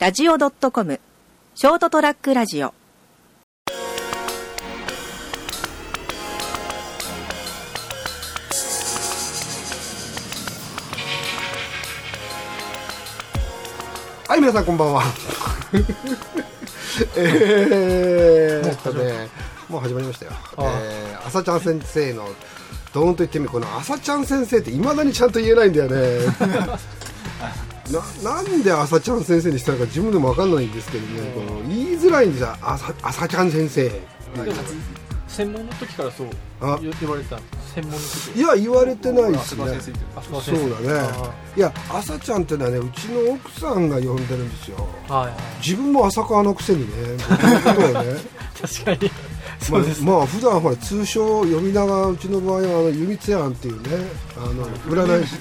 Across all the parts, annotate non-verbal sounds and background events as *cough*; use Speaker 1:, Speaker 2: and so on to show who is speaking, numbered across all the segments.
Speaker 1: ST-radio.com ショートトラックラジオ
Speaker 2: はい、皆さんこんばんは。 *laughs* えーっとね、もう始まりましたよ。えー、朝ちゃん先生の、どーんと言ってみ、この朝ちゃん先生っていまだにちゃんと言えないんだよ *laughs* ね。ななんで朝ちゃん先生にしたのか自分でも分かんないんですけどね、この言いづらいんですよ、朝朝ちゃん先生っていう
Speaker 3: でも専門の時からそう
Speaker 2: あ
Speaker 3: 言言われてたんです専門の時
Speaker 2: いや、言われてないですね、
Speaker 3: あそう
Speaker 2: そうだね、いや、朝ちゃんってのはね、うちの奥さんが呼んでるんですよ、
Speaker 3: はいは
Speaker 2: 自分も朝川のくせにね、僕のことをね。
Speaker 3: い確かに
Speaker 2: ま
Speaker 3: そ
Speaker 2: あ
Speaker 3: うです、
Speaker 2: まあ普段ほら通称呼び名がうちの場合はあの弓津庵っていうねあの占い師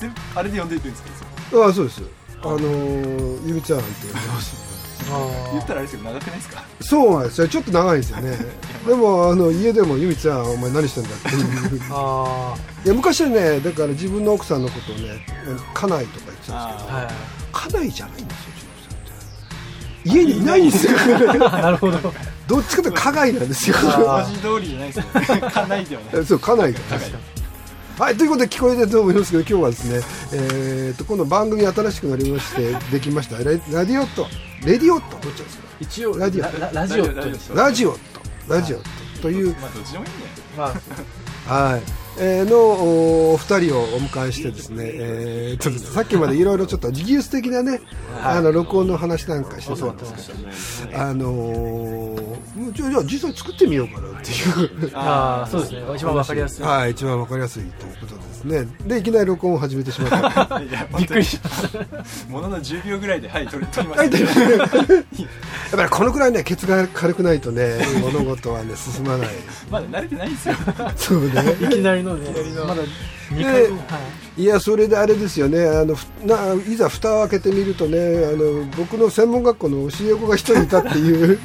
Speaker 4: 全部あれで呼んでいくんですか
Speaker 2: ああそうですあのー弓津庵って呼んでます
Speaker 4: 言っ
Speaker 3: あ
Speaker 4: たらあれですけど長くないですか
Speaker 2: そうなんですよちょっと長いんですよ
Speaker 3: *laughs*
Speaker 2: ねでもあの家でも弓津庵お前何してんだっていう
Speaker 3: ーあ
Speaker 2: いや昔はねだから自分の奥さんのことをね家内とか言ってたんです
Speaker 3: ーはい
Speaker 2: けど家内じゃないんですようちの奥さんって家にいないんですよ
Speaker 3: あなるほど
Speaker 2: どっちかというと家外なんですよ
Speaker 3: あ
Speaker 4: 文字通りじゃないですよねかないではない
Speaker 2: そう、家内がです。はい、ということで聞こえてると思いますけど、今日はですね、えー、と今度番組新しくなりまして、できました、レラディオット、レディオット、どっちなんですか、
Speaker 3: 一応
Speaker 2: ラジオ
Speaker 3: ラララジオと
Speaker 4: ラジオ
Speaker 2: ラジオット、ラジオットという、
Speaker 4: まあどっちでもいいんだよ
Speaker 3: まあ
Speaker 2: はいえーのおお二人をお迎えしてですね、えー、とさっきまでいろいろちょっと技術的なね、あの録音の話なんかしてたんですけど、あのー、もうじゃあじゃあ実際作ってみようかなって *laughs* いう。
Speaker 3: あーそうですね一番わかりやすい
Speaker 2: はい、一番わかりやすいということですね。で、いきなり録音を始めてしまった。
Speaker 4: いや
Speaker 3: *laughs* び
Speaker 4: 本
Speaker 3: っ
Speaker 4: 当
Speaker 3: く
Speaker 4: に
Speaker 3: りしました
Speaker 4: ものの10秒ぐらいではい取り取りました
Speaker 2: やっぱりこのくらいね、ケツが軽くないとね、物事はね、進まない。
Speaker 4: まだ慣れてないんですよ
Speaker 2: そうね。
Speaker 3: いきなりのねまだ二回分はい
Speaker 2: や、それであれですよね、あの、ふないざ蓋を開けてみるとね、あの、僕の専門学校の教え子が一人いたっていう。 *laughs*
Speaker 3: い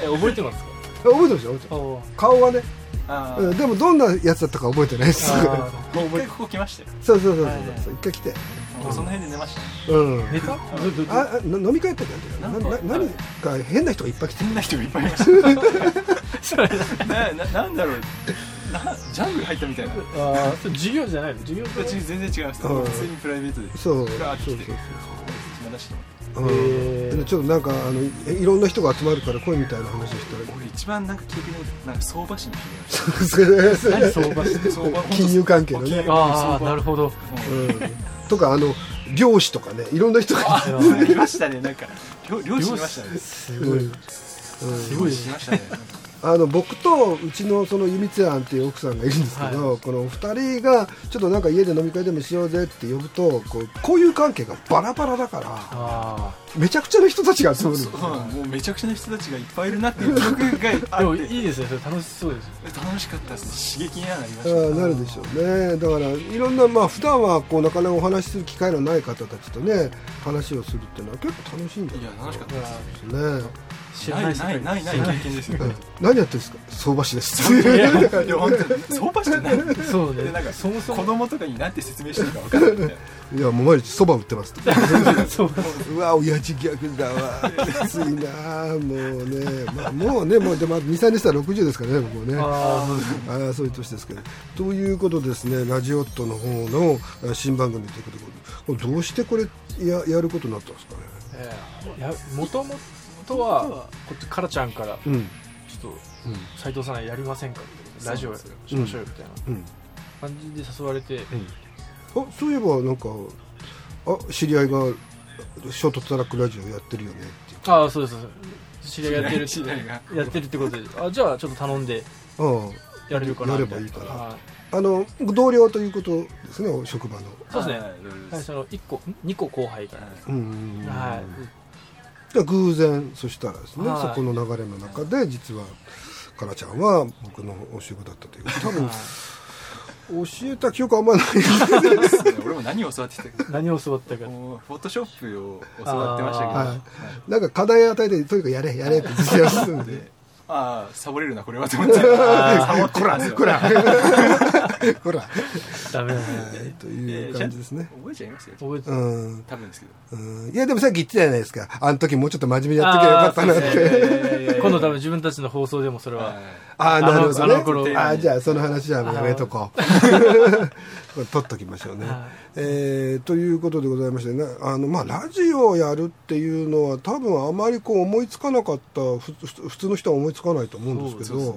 Speaker 3: え覚えてますか
Speaker 2: 覚えてました、覚えてまし
Speaker 3: あー
Speaker 2: た顔がね、
Speaker 4: あー
Speaker 2: うんでもどんなやつだったか覚えてないです。
Speaker 3: あ
Speaker 4: もう一回ここ来ましたよ
Speaker 2: そうそうそうそう
Speaker 3: はいはい
Speaker 2: そう、一回来て。
Speaker 4: もうその辺で寝ましたね
Speaker 2: うん。
Speaker 3: ーネタどどど
Speaker 2: あ、あの飲み会やったっけな、な、な何か変な人がいっぱい来て。
Speaker 4: 変な人がいっぱいいまし
Speaker 3: *laughs* それ
Speaker 4: たなななんだろうなジャングル入ったみたいな
Speaker 3: あーそれ授業じゃないの授業と
Speaker 4: 全然違います
Speaker 2: うん
Speaker 4: 普通にプライベートで
Speaker 2: そう、そう
Speaker 4: うわー
Speaker 2: そう
Speaker 4: 来て
Speaker 2: そう。
Speaker 4: 暇だしと思って
Speaker 2: うん
Speaker 3: へー
Speaker 2: ちょっとなんかあのえいろんな人が集まるから声みたいな話をしたら *laughs*
Speaker 4: 俺一番なんか聞いてないなんか相場師に聞いてまし
Speaker 3: 何相場して
Speaker 4: た相場
Speaker 2: 金融関係のね
Speaker 4: 金融
Speaker 3: あ
Speaker 4: 相
Speaker 3: あ
Speaker 4: 場
Speaker 3: なるほど
Speaker 2: うんとかあの漁師とかねいろんな人が
Speaker 3: あ
Speaker 4: あ
Speaker 3: ー
Speaker 4: りまし
Speaker 3: *laughs*
Speaker 4: たね、なんか、漁漁師いましたね。
Speaker 3: すごい
Speaker 2: うん
Speaker 3: すごい
Speaker 4: 漁師いましたね。
Speaker 2: あの僕とうちのその弓津庵っていう奥さんがいるんですけど、このお二人がちょっとなんか家で飲み会でもしようぜって呼ぶとこう交友関係がバラバラだから
Speaker 3: あ
Speaker 2: めちゃくちゃな人たちが集まるの
Speaker 4: うんもうめちゃくちゃな人たちがいっぱいいるなっていう記憶が
Speaker 3: あ
Speaker 4: あ
Speaker 3: でも
Speaker 4: っ
Speaker 3: いいですねそれ楽しそうです
Speaker 4: て、楽しかったですね。刺激にはなりま
Speaker 2: あ
Speaker 4: した。
Speaker 2: ーなるでしょうねだからいろんなまあ普段はこうなかなかお話しする機会のない方たちとね話をするっていうのは結構楽しいんじゃ
Speaker 4: い
Speaker 2: な
Speaker 4: や
Speaker 2: い、
Speaker 4: 楽しかった
Speaker 3: う
Speaker 4: で
Speaker 3: わ
Speaker 4: す。
Speaker 2: ですかね
Speaker 3: 知ら
Speaker 4: な
Speaker 3: ない
Speaker 4: い、
Speaker 3: 世
Speaker 4: な
Speaker 3: 界
Speaker 4: い、ない、ない経験ですよ。
Speaker 2: 何やってるんですか相場師です。
Speaker 4: いや、いや本当に、相場師って何
Speaker 3: そうね
Speaker 4: でなんか
Speaker 3: そもそ
Speaker 4: 子
Speaker 3: も
Speaker 4: 供とかになんて説明していいか分からないみたいない
Speaker 2: や、もう毎日そば売ってますと。
Speaker 3: そう
Speaker 2: うわ、親父逆だわ。きついなあもうね。まあ、もうね、もう、でも、2、3年したら60ですからね、僕もね。あ
Speaker 3: あ
Speaker 2: あー、そういう年ですけど。ということですね、ラジオットの方のあー新番組ということで、これどうしてこれややることになったんですかね。
Speaker 3: ーえーいやもともとはこっちからちゃんから
Speaker 2: うん。
Speaker 3: ちょっと斎藤さんやりませんかラジオしましょうよみたいな
Speaker 2: うん。
Speaker 3: 感じで誘われて
Speaker 2: うん。あ、そういえば、なんか、あ、知り合いが、ショートトラックラジオやってるよねっていう。
Speaker 3: ああそうですそうです知り合いやってる
Speaker 4: 知り合いが
Speaker 3: やってるってことであじゃあちょっと頼んで
Speaker 2: ああ。
Speaker 3: やれるかな
Speaker 2: やれ
Speaker 3: みた
Speaker 2: ば
Speaker 3: ない
Speaker 2: いから
Speaker 3: はい
Speaker 2: あの同僚ということですね、職場の。
Speaker 3: そうですね
Speaker 4: はいいろいろで
Speaker 3: 最初
Speaker 4: す
Speaker 3: の1個2個後輩から
Speaker 2: うんうんうん
Speaker 3: はい
Speaker 2: じゃあ偶然、そしたらですね、
Speaker 3: はい
Speaker 2: そこの流れの中で、実は、かなちゃんは僕の教え子だったという、多分教えた記憶あんまない、
Speaker 4: そうですね俺も何を教わってきたか
Speaker 3: 何を教わったか
Speaker 4: もうフォトショップを教わってましたけど
Speaker 2: は
Speaker 4: はい
Speaker 2: い、なんか課題与えて、とにかくやれ、やれってずっとやってたんで、
Speaker 4: ああサボれるなこれはと思ってサボって
Speaker 2: *laughs* こ
Speaker 4: た
Speaker 2: ら
Speaker 4: んです、よ
Speaker 2: こら、ほら、
Speaker 3: ダメだ
Speaker 2: え
Speaker 3: ね
Speaker 2: ーという感じですね。
Speaker 4: 覚えちゃいますよ
Speaker 3: 覚えて
Speaker 2: うん、
Speaker 4: 多分ですけど
Speaker 2: うん、いやでもさっき言ってたじゃないですかあの時もうちょっと真面目にやってきゃよかったなっ
Speaker 3: あー
Speaker 2: て
Speaker 3: そうですね
Speaker 4: *laughs* え
Speaker 3: 今度多分自分たちの放送でもそれは
Speaker 2: ああ
Speaker 3: あの
Speaker 2: なるほどね
Speaker 3: あの頃
Speaker 2: あーじゃあその話はもうやめとこう
Speaker 4: *laughs*
Speaker 2: これ取っときましょうね
Speaker 3: は、
Speaker 2: えーということでございましてねあの、まあ、ラジオをやるっていうのは多分あまりこう思いつかなかったふふ普通の人は思いつかないと思うんですけど
Speaker 4: そうです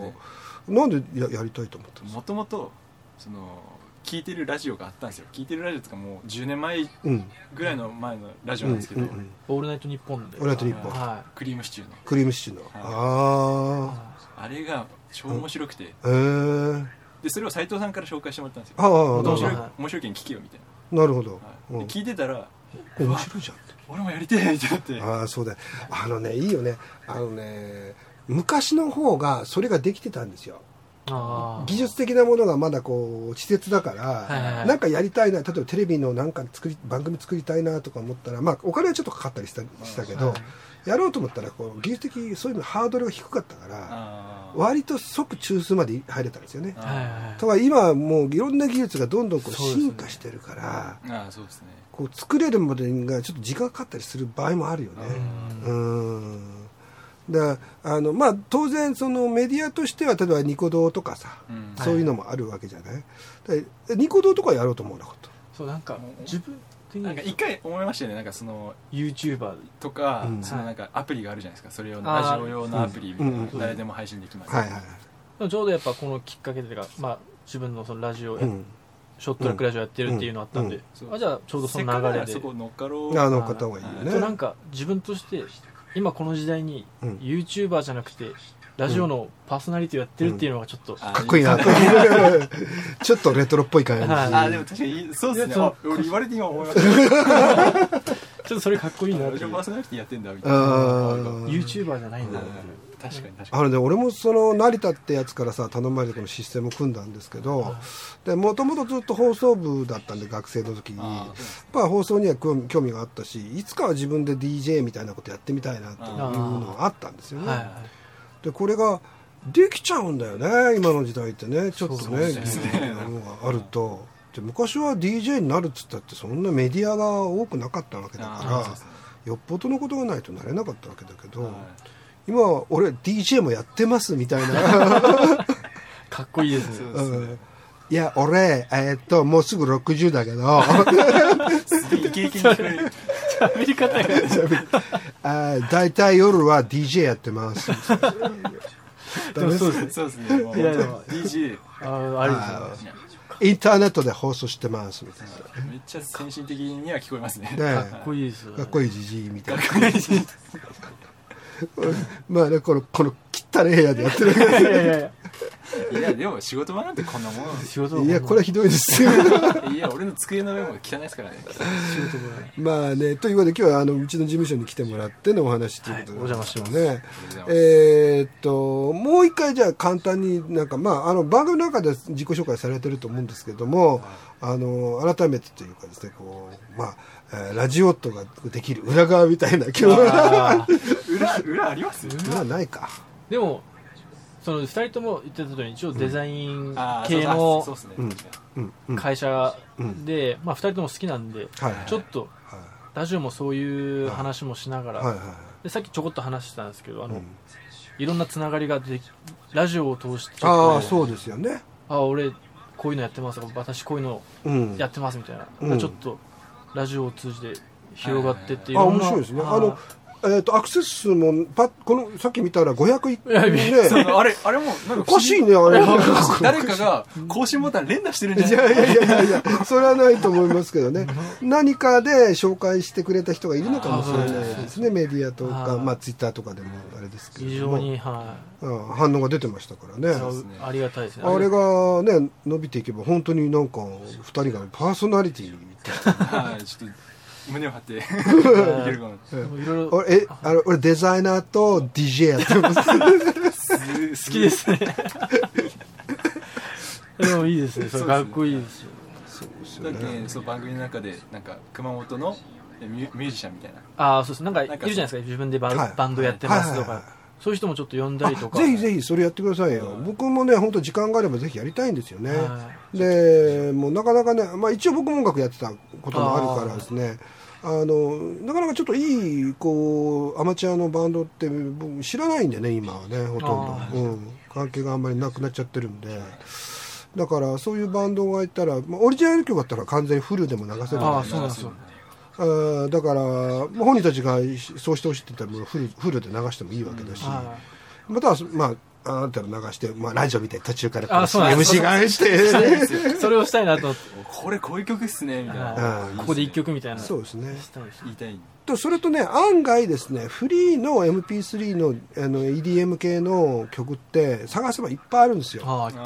Speaker 4: ね
Speaker 2: なんでややりたいと思ったんですか
Speaker 4: もともとその聞いてるラジオがあったんですよ聞いてるラジオとかもう10年前
Speaker 2: うん
Speaker 4: ぐらいの前のラジオ
Speaker 2: うん
Speaker 4: な
Speaker 2: うん
Speaker 4: ですけど、
Speaker 2: んうん
Speaker 3: 「オールナイトニッポン」で
Speaker 2: オールナイトニッポン
Speaker 3: は
Speaker 4: クリームシチューの
Speaker 2: クリームシチューの、あ
Speaker 4: あれが超面白くて、
Speaker 2: あーへえ
Speaker 4: でそれを斉藤さんから紹介してもらったんですよ
Speaker 2: ああ
Speaker 4: 面
Speaker 2: なるほ
Speaker 4: 白い
Speaker 3: はい
Speaker 4: 面白い件聞けよみたい
Speaker 2: どなるほど、
Speaker 4: な、はい
Speaker 2: うん
Speaker 4: で聞いてたら
Speaker 2: 面白いじゃんって
Speaker 4: 俺もやりてえってなって
Speaker 2: ああそうだあのねいいよねあのね昔の方がそれができてたんですよ
Speaker 3: いあ
Speaker 2: 技術的なものがまだこう稚拙だから、
Speaker 3: はいはいはい
Speaker 2: なんかやりたいな例えばテレビのなんか作り番組作りたいなとか思ったら、まあ、お金はちょっとかかったりしたしたけど、
Speaker 3: はい
Speaker 2: やろうと思ったらこう技術的そういうのハードルが低かったから
Speaker 4: あー
Speaker 2: 割と即中枢まで入れたんですよね
Speaker 4: あ。
Speaker 3: あはいはい
Speaker 2: とは今はもういろんな技術がどんどんこう
Speaker 3: そうですね
Speaker 2: 進化してるから
Speaker 4: あーそうですね
Speaker 2: こう作れるまでがちょっと時間かかったりする場合もあるよね。
Speaker 3: うん
Speaker 2: うんだからあのまあ、当然そのメディアとしては例えばニコ動とかさ、
Speaker 4: うん
Speaker 2: そういうのもあるわけじゃない、だからニコ動とかやろうと思わなかった
Speaker 3: そうなんか自分的
Speaker 4: なんか
Speaker 3: に
Speaker 4: 一回思いましたよねなんかその
Speaker 3: YouTuber
Speaker 4: とか、
Speaker 2: うん
Speaker 4: そのなんかアプリがあるじゃないですかそれ用の
Speaker 3: あ
Speaker 4: ラ
Speaker 3: ー
Speaker 4: ジオ用のアプリみたいな、
Speaker 2: うんうん
Speaker 4: 誰でも配信できます、
Speaker 2: はいはいはい、
Speaker 3: でもちょうどやっぱこのきっかけでか、まあ、自分のそのラジオ、
Speaker 2: うん、
Speaker 3: ショットラックラジオやってるっていうのあったんで、
Speaker 4: うんうん
Speaker 3: あじゃあちょうどそ
Speaker 4: せっ
Speaker 3: の
Speaker 4: かくな
Speaker 3: 流れ
Speaker 4: ら
Speaker 3: で
Speaker 4: そこ乗っかろう
Speaker 2: あの買った方がいいよね
Speaker 3: そうなんか自分として今この時代に
Speaker 2: うん
Speaker 3: YouTuber じゃなくてラジオのパーソナリティをやってるっていうのがちょっと、
Speaker 4: あー
Speaker 2: かっこ
Speaker 4: *laughs*
Speaker 2: いいなとちょっとレトロっぽい感じ、
Speaker 3: はい
Speaker 4: あーでも確かにそう
Speaker 3: い
Speaker 4: です
Speaker 3: や
Speaker 4: ね
Speaker 3: そう
Speaker 4: あ俺言われて今思い
Speaker 2: *laughs*
Speaker 4: ました
Speaker 3: ちょっとそれかっこいいなっ
Speaker 4: ラ
Speaker 3: て
Speaker 4: ジ
Speaker 3: い
Speaker 4: オ
Speaker 3: う
Speaker 4: パーソナリティやってんだみたいな
Speaker 2: あー
Speaker 3: YouTuber じゃないんだっていう
Speaker 4: 確かに確か
Speaker 2: あのね、俺もその成田ってやつからさ頼まれてこのシステムを組んだんですけどもともとずっと放送部だったんで学生の時に
Speaker 4: あーそうなん
Speaker 2: やっ
Speaker 4: です
Speaker 2: ぱ放送には興味興味があったしいつかは自分で DJ みたいなことやってみたいなというのがあったんですよね、
Speaker 3: はいはい
Speaker 2: でこれができちゃうんだよね今の時代ってねちょっと
Speaker 3: そうで
Speaker 2: ね技
Speaker 3: す
Speaker 2: 術
Speaker 4: ね
Speaker 2: 的なものがあるとで昔は DJ になるっつったってそんなメディアが多くなかったわけだ
Speaker 4: あーそう
Speaker 2: か
Speaker 4: ですね
Speaker 2: らよっぽどのことがないとなれなかったわけだけど、
Speaker 4: に
Speaker 2: 今は俺 DJ もやってますみたい
Speaker 3: *laughs*
Speaker 2: な、
Speaker 3: かっこいいです
Speaker 4: そ
Speaker 3: ね
Speaker 4: う
Speaker 2: うんいや俺、えーっともうすぐ60だけ
Speaker 3: *laughs*
Speaker 2: どあ
Speaker 4: すげえイケイケに聞こえる
Speaker 3: 喋り方が
Speaker 2: ー大体夜は DJ やってます
Speaker 3: *laughs* でもそうですね
Speaker 4: そうですねもう
Speaker 3: いやいや
Speaker 4: DJ
Speaker 3: あーありですね
Speaker 2: インターネットで放送してますみたい
Speaker 4: めっちゃ先進的には聞こえますね
Speaker 2: な、
Speaker 3: かっ
Speaker 2: ね
Speaker 3: こいいですよ
Speaker 2: え、
Speaker 3: ね
Speaker 2: かっこいいじじいみたいな。
Speaker 4: 学内人
Speaker 2: まあね、この、この汚い部屋でやってる。
Speaker 3: いやいやいや
Speaker 4: *laughs* いやでも仕事場なんてこんなも
Speaker 3: 仕事も
Speaker 2: いや、これはひどいですよ。
Speaker 4: んいや俺の机の上も汚いですからね
Speaker 3: 仕事もない
Speaker 2: まあね、ということで今日はあのうちの事務所に来てもらってのお話ということ
Speaker 3: はい
Speaker 2: で、
Speaker 3: お邪魔します
Speaker 2: ね
Speaker 4: 邪魔し。ます
Speaker 2: えーっと、もう一回じゃあ簡単になんか、まあ、あの番組の中で自己紹介されてると思うんですけども、あの、改めてというかですね、こう、まあ、えーラジオットができる裏側みたいな今日は、
Speaker 3: あー
Speaker 4: 裏裏あります
Speaker 2: *laughs* まあないか。
Speaker 3: でもその2人とも言ってた通り一応デザイン
Speaker 4: あー
Speaker 3: 系の
Speaker 4: そうですね
Speaker 2: んうん、うん。はい。
Speaker 3: 会社で、まあ、2人とも好きなんで、
Speaker 2: はい
Speaker 3: ちょっとラジオもそういう話もしながら、
Speaker 2: はいはい。
Speaker 3: でさっきちょこっと話してたんですけどあの、
Speaker 2: うん
Speaker 3: いろんなつながりができラジオを通してち
Speaker 2: あ
Speaker 3: ょ
Speaker 2: あ、
Speaker 3: っと
Speaker 2: そうですよね。
Speaker 3: ああ俺こういうのやってます私こういうの
Speaker 2: うん。
Speaker 3: やってますみたいな、
Speaker 2: うん
Speaker 3: ちょっとラジオを通じて広がってってい
Speaker 2: あ
Speaker 3: ろん
Speaker 2: 面
Speaker 3: な
Speaker 2: 白いですね。
Speaker 3: ー
Speaker 2: あのえっとアクセス数もパこのさっき見たら501
Speaker 3: いや
Speaker 4: そ
Speaker 2: ね。
Speaker 4: のあれあれもなんか
Speaker 2: おかしいねあれ。
Speaker 4: *laughs* 誰かが更新ボタン連打してるんじゃ
Speaker 2: い
Speaker 4: ない
Speaker 2: やいやいやいやそれはないと思いますけどね。何かで紹介してくれた人がいるのかもしれないですね。メディアと
Speaker 3: あ
Speaker 2: か
Speaker 3: ー
Speaker 2: まあツイッターとかでもあれですけ
Speaker 3: 非
Speaker 2: れども。
Speaker 3: 常に、は
Speaker 2: うん反応が出てましたからね。
Speaker 3: い
Speaker 4: ね
Speaker 3: ありがたいですね
Speaker 2: あれがね伸びていけば本当になんか二人がパーソナリティみたいな
Speaker 4: はい、ちょっと胸を張っていけるか
Speaker 3: でもいろいろ
Speaker 2: 俺えあれ俺デザイナーと DJ やってます。
Speaker 4: な。
Speaker 3: 好きです *laughs* ねでもいいですねそれかっこいいですよ
Speaker 2: そうです
Speaker 4: だっけその番組の中でなんか熊本のミュミュージシャンみたいな
Speaker 3: ああそうですなんかいるじゃないですか自分でバ,、
Speaker 2: はい
Speaker 3: バンドやってますとか、
Speaker 2: はいはいはい
Speaker 3: そういう人もちょっと呼んだりと
Speaker 2: あ
Speaker 3: か
Speaker 2: ぜひぜひそれやってくださいよ、僕もね本当時間があればぜひやりたいんですよね、
Speaker 3: は
Speaker 2: でもうなかなかね、まあ、一応僕も音楽やってたこともあるからですねあのなかなかちょっといいこうアマチュアのバンドって僕知らないんでね今はねほと
Speaker 3: あ
Speaker 2: んど、うん、関係があんまりなくなっちゃってるんでだからそういうバンドがいたら、まあ、オリジナル曲だったら完全にフルでも流せるんで
Speaker 3: ああそうなんですよ
Speaker 2: あーだからまあ本人たちがそうしてほしいって言ったらもうフルフルで流してもいいわけだし、
Speaker 3: は
Speaker 2: またはまああなたら流して、まあ、ラジオ見て途中からこう
Speaker 3: あそうなんです
Speaker 2: MC がして
Speaker 3: いそれをしたいなと思って
Speaker 4: これこういう曲っすねみたいな
Speaker 2: *laughs* あ
Speaker 3: ここで一曲みたいな
Speaker 2: そうですね
Speaker 3: したいです
Speaker 4: 言いたい
Speaker 2: とそれとね案外ですねフリーの MP3 のあの EDM 系の曲って探せばいっぱいあるんですよは
Speaker 3: あ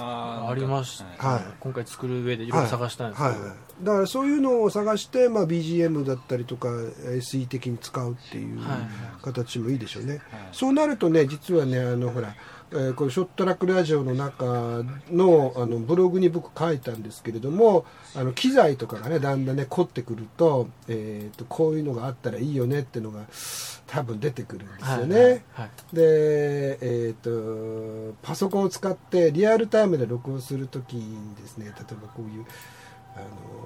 Speaker 3: あ
Speaker 4: あ
Speaker 3: ありました
Speaker 4: はい
Speaker 2: はい
Speaker 3: 今回作る上でいろいろ探したんですけど、
Speaker 2: いだからそういうのを探して、まあ、BGM だったりとか SE 的に使うっていう
Speaker 3: はい
Speaker 2: 形もいいでしょうね、
Speaker 4: はい
Speaker 2: そうなるとね実はねあのほらえーこのショットラックラジオの中のあのブログに僕書いたんですけれどもあの機材とかがねだんだんね凝ってくると,、えーとこういうのがあったらいいよねっていうのが多分出てくるんですよね。
Speaker 3: はいはい
Speaker 2: で、えー、とパソコンを使ってリアルタイムで録音するときにですね例えばこういう、あのー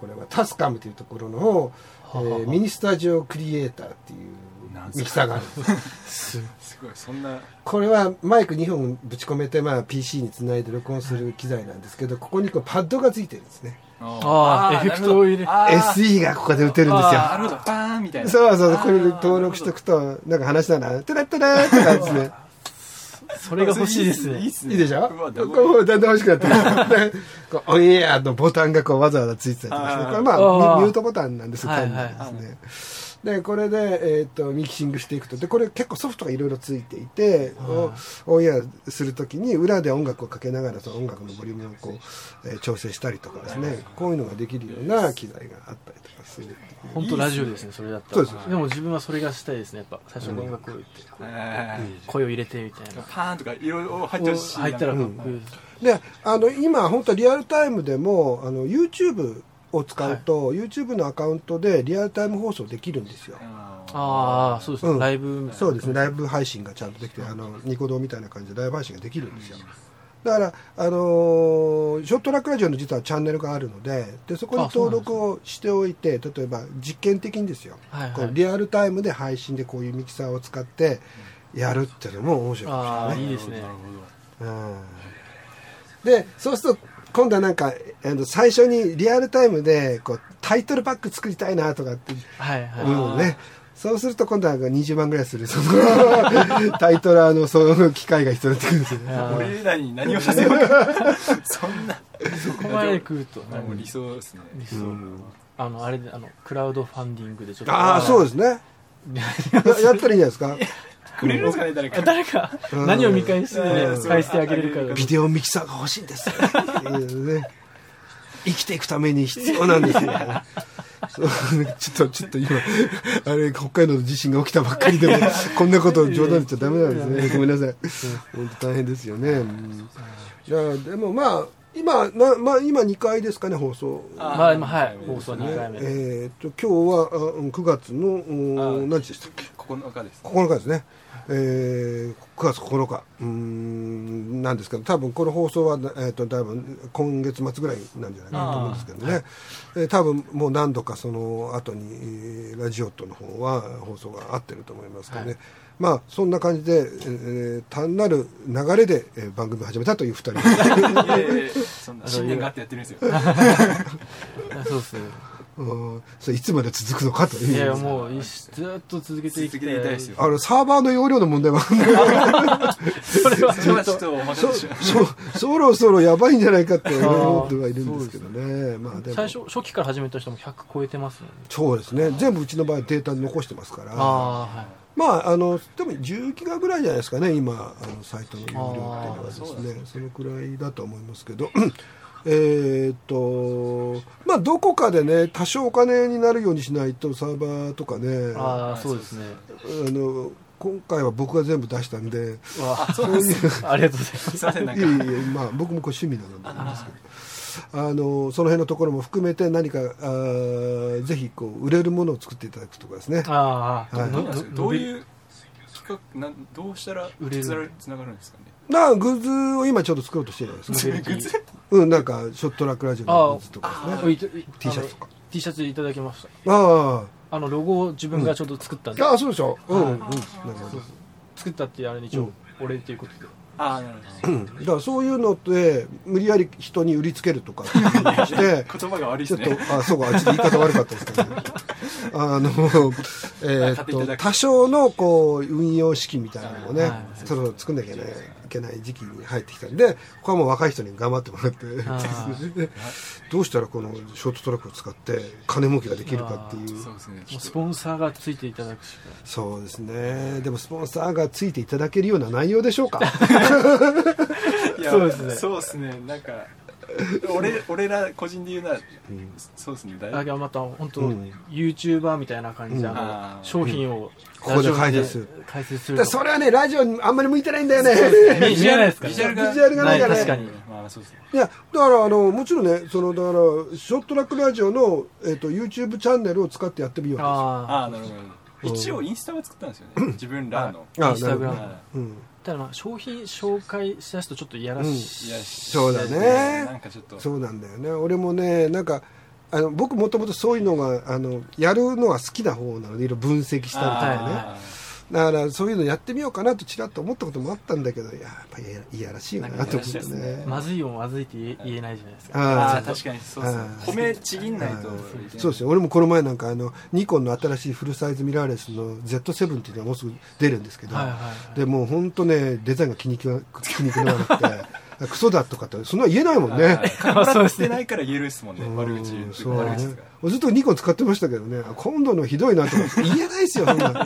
Speaker 2: これはタスカムというところの、え
Speaker 3: ははは
Speaker 2: ーミニスタジオクリエイターっていう
Speaker 4: なんすか
Speaker 2: ミキサーがある *laughs* んです
Speaker 3: す
Speaker 4: すごいそんな
Speaker 2: これはマイク2本ぶち込めて、まあ、PC につないで録音する機材なんですけどここにこうパッドがついてるんですね
Speaker 3: あーエフェクトを入れる
Speaker 4: あー
Speaker 2: SE がここで打てるんですよ
Speaker 4: なるほどバーンみたいな
Speaker 2: そうそうそう
Speaker 4: あー
Speaker 2: これで登録しておくとなんか話したら「トゥラットゥラー」とかですね
Speaker 3: それが欲しいですね
Speaker 4: いいっすね
Speaker 2: いいでしょ
Speaker 4: うわだ
Speaker 2: こうだんだん欲しくな
Speaker 4: *laughs*
Speaker 2: ってくるこうオンエアのボタンがこうわざわざついてたりとかして
Speaker 4: あー
Speaker 2: これまあ
Speaker 3: あー
Speaker 2: ミミュートボタンなんですよ
Speaker 3: はい
Speaker 2: 単
Speaker 3: はい
Speaker 2: にですねでこれで、えー、とミキシングしていくとでこれ結構ソフトがいろいろついていておオンエアするときに裏で音楽をかけながらその音楽のボリュームをこう、えー調整したりとかですねこういうのができるような機材があったりとかする
Speaker 3: 本当ラジオですねそれだったら
Speaker 2: そうです
Speaker 3: でも自分はそれがしたいですねやっぱ最初に音楽を言ってこう
Speaker 4: えー
Speaker 3: 声を入れてみたいな
Speaker 4: パーンとかいろいろ入ってるし
Speaker 3: 入ったらかっこいいです
Speaker 2: であの今本当リアルタイムでもあの YouTube を使うと、YouTube のアカウントでリアルタイム放送できるんですよ、
Speaker 3: ああそうですね、
Speaker 2: うん
Speaker 3: ライブみたいな
Speaker 2: そうですねライブ配信がちゃんとできてあのニコ動みたいな感じでライブ配信ができるんですよだから、あのーショットラックラジオの実はチャンネルがあるのででそこに
Speaker 3: あそうなん
Speaker 2: 登
Speaker 3: です
Speaker 2: 録をしておいて例えば実験的にですよ、
Speaker 3: はいはい
Speaker 2: こうリアルタイムで配信でこういうミキサーを使ってやるっていうのも面白いかもしれない
Speaker 3: ああいいですね
Speaker 4: なるほど
Speaker 2: うんでそうすると今度はなんかあの最初にリアルタイムでこうタイトルバック作りたいなとかって
Speaker 3: はいはい、
Speaker 2: 思うのねそうすると今度は20万ぐらいするその *laughs* タイトルあのその機械が必要になってくるんですよね
Speaker 3: あー
Speaker 4: 俺らに何をさせよう
Speaker 3: *laughs*
Speaker 4: か *laughs* そんなそ
Speaker 3: ここまで来るとなん
Speaker 4: も
Speaker 3: か
Speaker 4: う理想ですね
Speaker 3: 理想、あのあれであのクラウドファンディングでちょっと
Speaker 2: ああそうですねややったらいいんじゃないですか
Speaker 4: くれるんですかね誰か
Speaker 3: 誰か
Speaker 2: うん
Speaker 3: 何を見返して
Speaker 4: う
Speaker 3: ね
Speaker 4: ん
Speaker 3: 返してあげれるかが
Speaker 2: ビデオミキサーが欲しいんですよっていうね生きていくために必要なんですよ。 *laughs* そうちょっと、ちょっと今、あれ、北海道の地震が起きたばっか *laughs* りでも、こんなこと冗談言っちゃダメなんですね。ごめんなさい。本当大変ですよね。うんじゃあ、でもまあ、今、なまあ、今2回ですかね、放送。
Speaker 3: まあ今はい放送2回目で
Speaker 2: えっと、今日はあうん9月の、うん何日でしたっけ
Speaker 4: 9
Speaker 2: *laughs*
Speaker 4: 日です
Speaker 2: 9日ですね、えー、9月9日うーんなんですけど多分この放送は、えー、と多分今月末ぐらいなんじゃないかなと思うんですけどね、えー多分もう何度かその後にえーラジオとの方は放送が合ってると思いますけどね、まあそんな感じで、えー単なる流れで、えー番組始めたという2人
Speaker 3: *laughs*
Speaker 4: いやいやいやそんな信念があってやってるんですよ
Speaker 3: そうですね
Speaker 2: うんそれいつまで続くのかという
Speaker 3: いやいやもういずっと続けていき
Speaker 4: 続けていたいですよ
Speaker 2: あのサーバーの容量の問題もあるんだけど
Speaker 3: それは
Speaker 4: それはちょっとお任せします
Speaker 2: そそろそろやばいんじゃないかって思ってはいるんですけどねまあでも
Speaker 3: 最初初期から始めた人も100超えてますよね
Speaker 2: そうですね全部うちの場合データ残してますから
Speaker 3: ああはい
Speaker 2: まああのでも10ギガぐらいじゃないですかね今あのサイトの容量っていうのはですねそのくらいだと思いますけど *clears throat* えーっとまあどこかでね多少お金になるようにしないとサーバーとかねあ
Speaker 3: ああそうですね
Speaker 2: の今回は僕が全部出したんで
Speaker 3: わあそういうありがとうございます
Speaker 4: すいませんない
Speaker 2: *laughs* えいえ
Speaker 4: んか
Speaker 2: まあ僕もこう趣味なのであれですけどあのその辺のところも含めて何かあーぜひこう売れるものを作っていただくとかですね
Speaker 3: ああ、
Speaker 2: はい
Speaker 3: の
Speaker 4: どういうきっ価格なんどうしたら
Speaker 3: 売れる
Speaker 4: つなつながるんですかね
Speaker 2: なグッズを今ちょっと作ろうとしてるじゃないです
Speaker 3: モデ
Speaker 2: か
Speaker 3: ル T
Speaker 2: うんなんかショットラックラジオのグッズとかですね
Speaker 3: あいた
Speaker 2: T シャツとか
Speaker 3: T シャツいただきました
Speaker 2: あ
Speaker 3: あのロゴを自分がちょっと作ったんで、
Speaker 2: あああそうでしょうんうん
Speaker 3: はい
Speaker 2: なるほ
Speaker 3: そう
Speaker 2: ど
Speaker 3: そう作ったっていうあれに一
Speaker 2: う
Speaker 3: 応
Speaker 2: ん
Speaker 3: 俺っていうことで、
Speaker 4: *laughs* ああなるほど
Speaker 2: だからそういうのって無理やり人に売りつけるとかっていうのをして
Speaker 4: 言葉が悪いで
Speaker 2: ちょ
Speaker 4: す
Speaker 2: っ
Speaker 4: ね
Speaker 2: と、あ、そうか、ちょっと言い方悪かったですけど、 *laughs* ね、あの、えー
Speaker 4: 買っていた
Speaker 2: っと、
Speaker 4: だく
Speaker 2: 多少のこう運用資金みたいなのをね、
Speaker 3: はい
Speaker 2: そろそろ作んなきゃいけないいけない時期に入ってきたんで、ここはもう若い人に頑張ってもらって
Speaker 3: あー、
Speaker 2: *laughs* どうしたらこのショートトラックを使って金儲けができるかっていう
Speaker 4: そう。ですねち
Speaker 3: もう
Speaker 4: ょっ
Speaker 3: ス
Speaker 4: と
Speaker 3: ポンサーがついていただくしか
Speaker 2: そうですね。でもスポンサーがついていただけるような内容でし
Speaker 4: *laughs*
Speaker 2: ょうか。
Speaker 4: いや
Speaker 3: そうですね
Speaker 4: そうですねなんか俺俺ら個人で言うならそうですねだい
Speaker 3: あれはまた本当、
Speaker 2: うん
Speaker 3: YouTuber みたいな感じで、
Speaker 2: うん
Speaker 3: あ
Speaker 4: あー
Speaker 3: の商品を
Speaker 2: ここで
Speaker 3: ラジオ
Speaker 2: 解説する
Speaker 3: 解説する
Speaker 2: で
Speaker 3: と
Speaker 2: それはね、ラジオにあんまり向いてないんだよね。
Speaker 4: *laughs*
Speaker 3: ビジュアルですか
Speaker 4: ビ
Speaker 3: ら
Speaker 4: ジュアル
Speaker 3: ね
Speaker 4: が
Speaker 2: ビジュアルがないからね
Speaker 3: ない確かに
Speaker 4: まあそうですね
Speaker 2: いやだからあのもちろんねそのだからショットラックラジオの、えっと YouTube チャンネルを使ってやってみようと
Speaker 3: あ
Speaker 4: ああなるほど一応インスタは作ったんですよね自分らの
Speaker 3: あインスタグラム
Speaker 2: なるほ
Speaker 4: は
Speaker 2: どうん、
Speaker 3: ただまあ商品紹介しだすとちょっといやら
Speaker 4: い
Speaker 3: し
Speaker 4: い
Speaker 3: い、
Speaker 4: や
Speaker 2: そうだね
Speaker 4: なんかちょっと
Speaker 2: そうなんだよね俺もねなんかあの僕もともとそういうのがあのやるのは好きな方なのでいろいろ分析したりとかね
Speaker 4: あ
Speaker 2: だからそういうのやってみようかなとちらっと思ったこともあったんだけどいややっぱりいやらしいよなと思って
Speaker 4: なんかいやらしいで
Speaker 2: ね
Speaker 4: す
Speaker 3: まずいもんまずいって言え言えないじゃないですか
Speaker 4: ーあ
Speaker 2: あ
Speaker 4: ー
Speaker 2: あ
Speaker 4: 確かにそうですね
Speaker 2: あー
Speaker 4: 米ちぎんないと
Speaker 2: そうですよ俺もこの前なんかあのニコンの新しいフルサイズミラーレスの Z7 っていうのがもうすぐ出るんですけど、
Speaker 3: はいはいはい
Speaker 2: でもう本当ねデザインが気に食わ気に食わなくて *laughs* クソだとかってそんなの言えないもんね。
Speaker 4: そうしてないから言えるっすもんね
Speaker 2: うん
Speaker 4: 悪口
Speaker 2: そうね
Speaker 4: 悪口とか
Speaker 2: ずっとニコン使ってましたけどね今度のひどいなとか言えないですよそんなな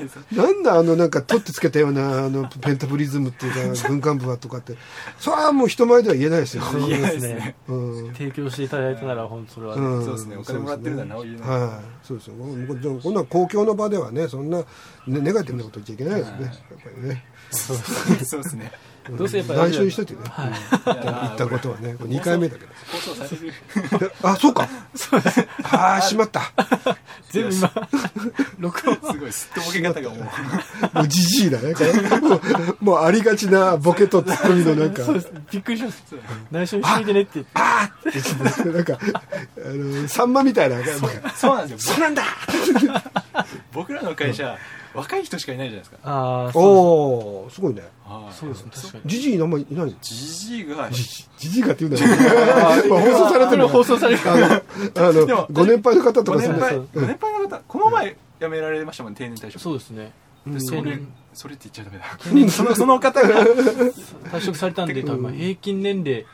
Speaker 2: んだあのなんか取ってつけたようなあのペンタプリズムっていうか軍艦部はとかってそれはもう人前では言えないですよ、
Speaker 3: そう
Speaker 4: 言えな
Speaker 3: で
Speaker 4: いで
Speaker 3: ね
Speaker 4: すすね
Speaker 2: うん
Speaker 3: 提供していただいたなら本当それは、ね
Speaker 2: ん
Speaker 4: そうですねお金もらってるならなお言えない
Speaker 2: はい、そうですよ。もうこここんな公共の場ではね、そんな、ね、ネガティブなこと言っちゃいけないですね。
Speaker 4: はい
Speaker 2: やっぱりね。
Speaker 4: そ
Speaker 2: *laughs*
Speaker 4: うですね
Speaker 3: どうせやっぱり
Speaker 2: 内緒にしといてね。
Speaker 3: はい
Speaker 4: いや
Speaker 2: 言ったことはね、これ2回目だけど。
Speaker 4: 放送される
Speaker 2: あ、そうか。ああ、しまった。
Speaker 3: 全部今録音
Speaker 4: すごいすっとぼけ方がもう
Speaker 2: もうじじいだね。これもう、もうありがちなボケとツッコミのなんか
Speaker 3: そ。うですびっくりしました内緒にしといてねって言って
Speaker 2: あーって言ってなんか、あの、さんまみたいな。
Speaker 4: そうなんですよ
Speaker 2: そうなんだ
Speaker 4: *laughs* 僕らの会社若い人しかいないじゃないですか
Speaker 3: ああそう
Speaker 2: おおすごいね。
Speaker 4: はい
Speaker 3: そうですね確かに
Speaker 2: じじいのんまいないの
Speaker 4: じじいが
Speaker 2: じじじじいかって言うんだよね。まあ放送されてる
Speaker 3: あ放送される
Speaker 2: あの、あ
Speaker 4: で
Speaker 2: の
Speaker 4: も
Speaker 2: ご年配の方と
Speaker 4: ご
Speaker 2: かそ
Speaker 4: 年
Speaker 2: んな
Speaker 4: 配ご年配の方この前辞められましたもん定年退職
Speaker 3: そうですね
Speaker 4: でそ
Speaker 3: 定
Speaker 4: れ
Speaker 3: 年
Speaker 4: それって言っちゃダメだそのその方が
Speaker 3: 退職されたんで多分平均年齢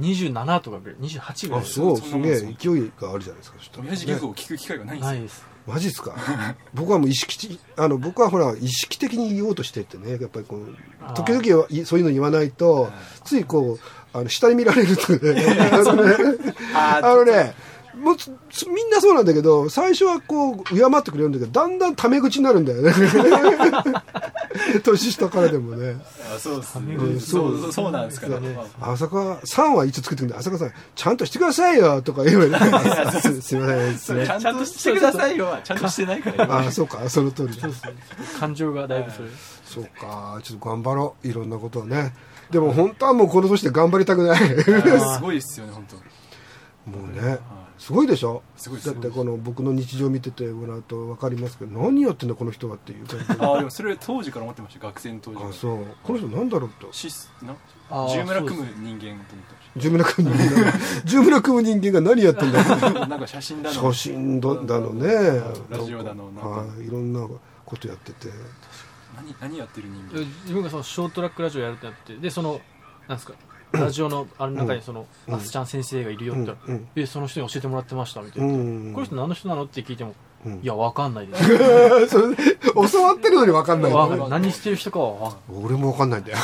Speaker 3: 27とかぐらい28ぐら
Speaker 2: あ
Speaker 3: い
Speaker 2: すごい
Speaker 4: そん
Speaker 2: す
Speaker 4: なもん
Speaker 2: げえ
Speaker 4: そんなもん
Speaker 2: 勢いがあるじゃないですかちょっと
Speaker 4: 親父ギャグを聞く機会がないんです
Speaker 3: な
Speaker 4: よ
Speaker 3: いです
Speaker 2: マジっすか *laughs* 僕はもう意識的あの僕はほら意識的に言おうとしてってねやっぱりこう
Speaker 3: あー
Speaker 2: 時々はいそういうの言わないとついこうあの下に見られるとねあのね
Speaker 4: *laughs* あ
Speaker 2: あのねもうつつみんなそうなんだけど最初はこう敬ってくれるんだけどだんだんタメ口になるんだ
Speaker 4: *laughs*
Speaker 2: よね年下からでもね
Speaker 4: あそうですね
Speaker 3: うん
Speaker 4: そうそうそうなんですからまあ
Speaker 2: 浅川さんはいつ作ってくんだ浅川さんちゃんとしてくださいよとか言えばいい *laughs* すすいませんすいません
Speaker 4: ちゃんとしてくださいよはちゃんとしてないから
Speaker 2: ああそうかその通りだ
Speaker 3: 感情がだいぶそれ
Speaker 2: そうかちょっと頑張ろういろんなことをねでも本当はもうこの年で頑張りたく
Speaker 4: *laughs*
Speaker 2: ない
Speaker 4: 今すごいですよね本当
Speaker 2: もうねすごいでしょ
Speaker 4: すごいです
Speaker 2: だってこの僕の日常見ててもらうと分かりますけど何やってんだこの人はっていう感じ
Speaker 4: *laughs* ああでもそれ当時から思ってました学生の当時から
Speaker 2: あそうこの人なんだろうと
Speaker 4: シスな
Speaker 3: あー
Speaker 4: 十村
Speaker 3: そうで
Speaker 4: 組
Speaker 3: す
Speaker 4: む人間と思ってまし
Speaker 2: 十村 *laughs* 組人間が十村組人間が何やってんだろう
Speaker 4: たなんか写真だ
Speaker 2: 写
Speaker 4: の
Speaker 2: 真だだのね
Speaker 4: ラジオだのなんか
Speaker 2: はいいろんなことやってて
Speaker 4: 何何やってる人間
Speaker 3: 自分がそのショートラックラジオやるってなってでそのなんですかラジオのあの中にその、アスちゃん先生がいるよって言ったら、
Speaker 2: うんうん
Speaker 3: えその人に教えてもらってましたみたいうな、
Speaker 2: ん
Speaker 3: この人何の人なのって聞いても、
Speaker 2: うん
Speaker 3: いやわかんないです
Speaker 2: それ教わってるのに分かんない
Speaker 3: わ何してる人かはわかん
Speaker 2: 俺も分かんないんだよ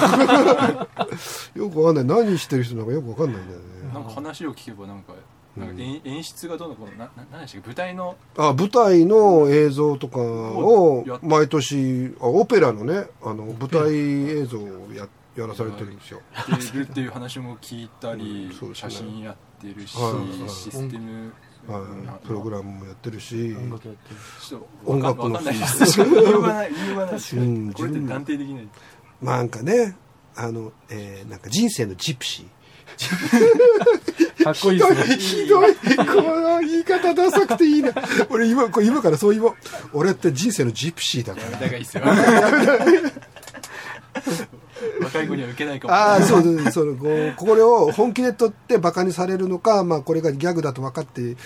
Speaker 2: *laughs* よく分かんない何してる人なんかよく分かんないんだよね
Speaker 4: なんか話を聞けばなんかなんか演演出がどうのこうのなな何でしたっけ舞台の
Speaker 2: あ舞台の映像とかを
Speaker 4: やっ
Speaker 2: 毎年あオペラのねあの舞台映像をややらされてるんですよ
Speaker 4: ってるっていう話も聞いたり
Speaker 2: うんそうですね
Speaker 4: 写真やってってるし、
Speaker 2: はいはい
Speaker 4: システム、
Speaker 2: はい、プログラムもやってるし
Speaker 3: 音楽やってる
Speaker 4: ちょっとわか
Speaker 2: 音楽の
Speaker 4: わかんないです理由がない *laughs* 理由がない
Speaker 2: かに
Speaker 4: これって断定できない
Speaker 2: まあなんかねあの、えーなんか人生のジプシー
Speaker 3: かっこいいですね
Speaker 2: *laughs* ひどいこの言い方ダサくていいな俺今これ今からそう言おう俺って人生のジプシーだか
Speaker 4: やめ
Speaker 2: ら
Speaker 4: た方がいいですよ *laughs* 若い子には受けないかも
Speaker 2: ああそうそうそうこうこれを本気で取ってバカにされるのか、まあ、これがギャグだと分かって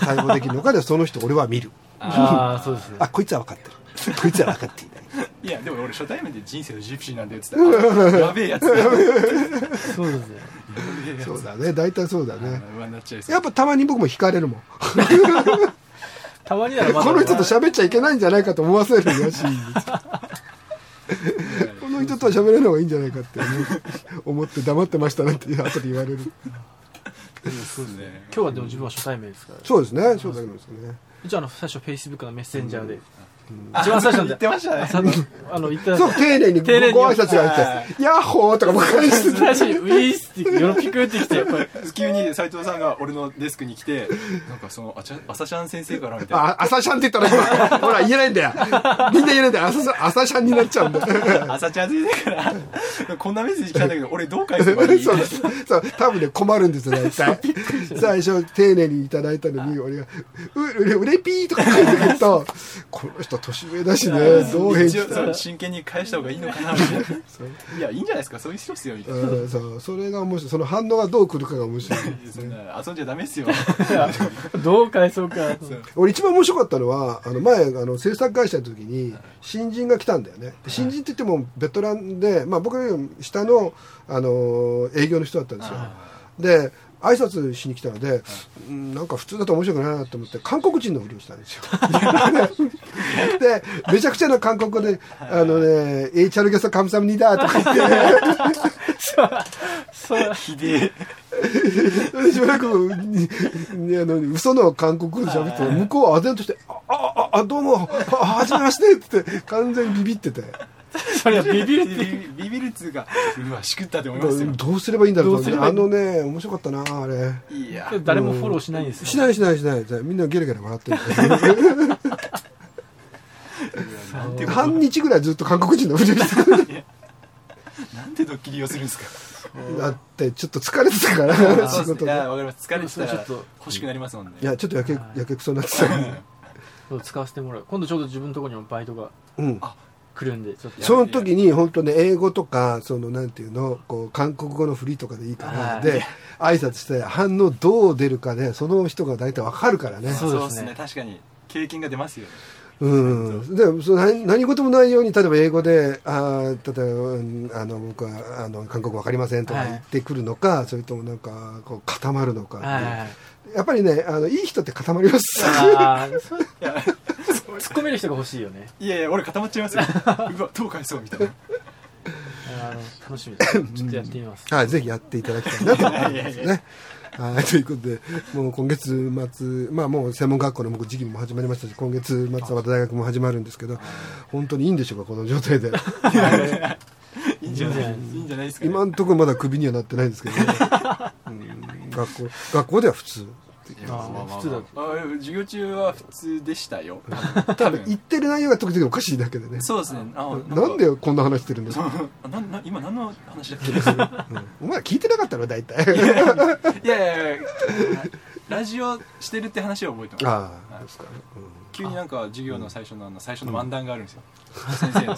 Speaker 2: 対応できるのかでその人俺は見る
Speaker 3: あ
Speaker 2: *laughs*
Speaker 3: あそうですね
Speaker 2: あこいつは分かってるこいつは分かっていない
Speaker 4: いやでも俺初対面で人生のジプシーなんだよっつったらやべえや
Speaker 2: *laughs*
Speaker 4: つだや
Speaker 3: そうですね
Speaker 4: べえやつ
Speaker 2: そうだね大体そうだね
Speaker 4: 不安になっちゃいそう
Speaker 2: やっぱたまに僕も惹かれるもん
Speaker 3: たまにならまだ
Speaker 2: この人と喋っちゃいけないんじゃないかと思わせるよしこの人とは喋れない方がいいんじゃないかって思う思って黙ってましたなんて後で言われる
Speaker 4: そうですね
Speaker 3: 今日はでも自分は初対面ですから
Speaker 2: そうですねそうだけどですね
Speaker 3: 一応あの最初フェイスブックのメッセンジャーで一番最初なん
Speaker 4: 言っ
Speaker 3: で
Speaker 4: てましたね *laughs*
Speaker 3: さあの言ってま
Speaker 2: そう
Speaker 3: した
Speaker 2: 丁寧に
Speaker 3: 丁寧に
Speaker 2: ご挨拶があって「ヤッホー!」とかも返して
Speaker 3: 最初にウィースってよろぴくってきて
Speaker 4: 急に斉藤さんが俺のデスクに来てなんかそのあちゃ朝シャン先生からみたい
Speaker 2: あ、朝シャンって言ったら今、ほら、言えないんだよ。みんな言えないんだよ。朝シャン、朝シャンになっちゃうんだよ。
Speaker 4: な *laughs* 朝ちゃん先生からこんなメッセージ来たんだ
Speaker 2: *laughs*
Speaker 4: けど俺どう返せばいい
Speaker 2: そう、そう、多分ね、困るんですよ、大体。最初、丁寧にいただいたのに、俺が、う、うれ、うれぴーとか書いてくると、この人年上だしね、どう返
Speaker 4: 一
Speaker 2: 事
Speaker 4: 応そう真剣に返した方がいいのかなみたいないやいいんじゃないですかそういう人っすよみたいな
Speaker 2: うん、そう、それが面白い。その反応がどう来るかが面白い。
Speaker 4: そんな遊んじゃダメっすよ
Speaker 3: どう返そうか
Speaker 2: 俺一番面白かったのはあの前あの制作会社の時に新人が来たんだよねで新人って言ってもベテランで、まあ、僕よりも下の、あのー営業の人だったんですよで挨拶しに来たので、うんなんか普通だと面白くないなと思って韓国人のふりをしたんですよでめちゃくちゃな韓国語で「あのねエイチャルゲソカムサムニダ」とか言って
Speaker 3: そう
Speaker 4: ひでえ
Speaker 2: しばらくににあの嘘の韓国語で喋って向こうは唖然として「あああどうもあはじめまして」って言って完全にビビってて
Speaker 3: それはビビるって
Speaker 4: ビビビるっつうかうわしくったって思いますよ
Speaker 2: どうすればいいんだろ
Speaker 3: ど
Speaker 2: う
Speaker 3: う
Speaker 2: と
Speaker 3: す
Speaker 2: 思
Speaker 3: れ
Speaker 2: って
Speaker 3: ばい
Speaker 2: あ
Speaker 3: い
Speaker 2: のね面白かったなあれ
Speaker 4: いや
Speaker 3: 誰もフォローしないんですよ
Speaker 2: しないしないしないみんなゲラゲラ笑って
Speaker 4: なんて
Speaker 2: る
Speaker 4: こ
Speaker 2: 半日ぐらいずっと韓国人のふりをしてた
Speaker 4: となんてドッキリをするんですか
Speaker 2: だってちょっと疲れてたから *laughs*
Speaker 4: そう
Speaker 2: 仕
Speaker 4: ですね
Speaker 2: 事
Speaker 4: いや
Speaker 2: で
Speaker 4: わかります疲れてた
Speaker 3: そう
Speaker 4: ら
Speaker 3: ちょっと
Speaker 4: 欲しくなりますもんね
Speaker 2: いやちょっとやけ
Speaker 3: はい
Speaker 2: やけくそになってた
Speaker 3: そう使わせてもらう今度ちょうど自分のところにもバイトが
Speaker 2: うん
Speaker 3: 来るんでちょっとや
Speaker 2: その時に本当ね英語とかそのなんていうのこう韓国語の振りとかでいいか
Speaker 3: は
Speaker 2: ら
Speaker 3: い
Speaker 2: で挨拶して反応どう出るかでその人が大体わかるからね
Speaker 3: そうですね
Speaker 4: っ確かに経験が出ますよね
Speaker 2: うん、でその何何事もないように例えば英語で「あー例えばうんあの僕はあの韓国わかりません」とか言ってくるのか、それともなんかこう固まるのかっていう、
Speaker 3: はいはいはい
Speaker 2: やっぱりねあのいい人って固まります
Speaker 3: あーそう
Speaker 4: いや
Speaker 3: 突っ込める人が欲しいよね
Speaker 4: いやいや俺固まっちゃいますようわどう返そうみたいな
Speaker 3: あの楽しみですちょっとやってみ
Speaker 2: *laughs*
Speaker 3: ます
Speaker 2: はい、ぜひやっていただきたいなと思い
Speaker 4: *laughs* い
Speaker 2: ま
Speaker 4: や
Speaker 2: す
Speaker 4: い
Speaker 2: ね。はい、ということで、もう今月末、まあもう専門学校の僕時期も始まりましたし、今月末はまた大学も始まるんですけど、本当にいいんでしょうか、この状態で。
Speaker 4: いいんじゃないいいんじゃないですか、ね、
Speaker 2: 今のところまだクビにはなってないんですけど、ね、うん学校、学校では普通。
Speaker 4: いやまあまあまあ
Speaker 3: 普通だ
Speaker 4: あ授業中は普通でしたよ
Speaker 2: 多分言ってる内容が時々おかしいだけでね。
Speaker 4: そうですねあ
Speaker 2: なんでこんな話してるんですか、
Speaker 4: あ *laughs* なんな今何の *laughs* 話だっ
Speaker 2: うんお前聞いてなかったの大体。
Speaker 4: けいやいやいやラジオしてるって話は覚えてます
Speaker 2: ああ、ですか。う
Speaker 4: 急になんか授業の最初のあの最初の漫談があるんですよ、先
Speaker 2: *laughs*
Speaker 4: 生の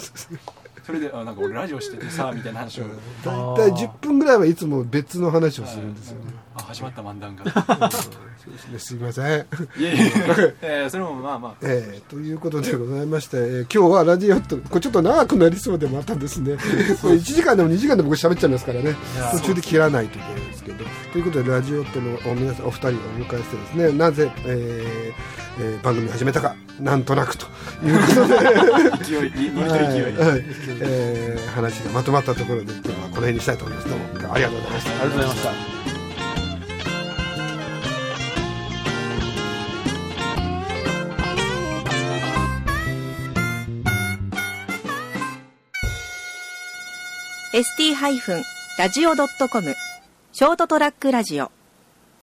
Speaker 4: それであなんか俺ラジオしててさみたいな話を
Speaker 2: ん大体10分ぐらいはいつも別の話をするんですよね。
Speaker 4: あ始まった漫談
Speaker 2: *laughs*
Speaker 4: が
Speaker 2: そうですねすいません。
Speaker 4: いやいやいやいやいやそれもまあまあ
Speaker 2: えーということでございまして、えー今日はラジオとこれちょっと長くなり *laughs* そうでもあったんですねこれ1時間でも2時間でも僕喋っちゃいますからね
Speaker 3: やー
Speaker 2: 途中で切らないといけないんですけどということでラジオとのお皆さんお二人をお迎えしてですねなぜ、えーえー番組始めたかなんとなくということ *laughs* で
Speaker 4: 勢いににと
Speaker 2: はい
Speaker 4: 勢い
Speaker 2: はいえー話がまとまったところで今日はこの辺にしたいと思いますどうもありがとうございました
Speaker 3: ありがとうございました
Speaker 1: ST-radio.com ショートトラックラジオ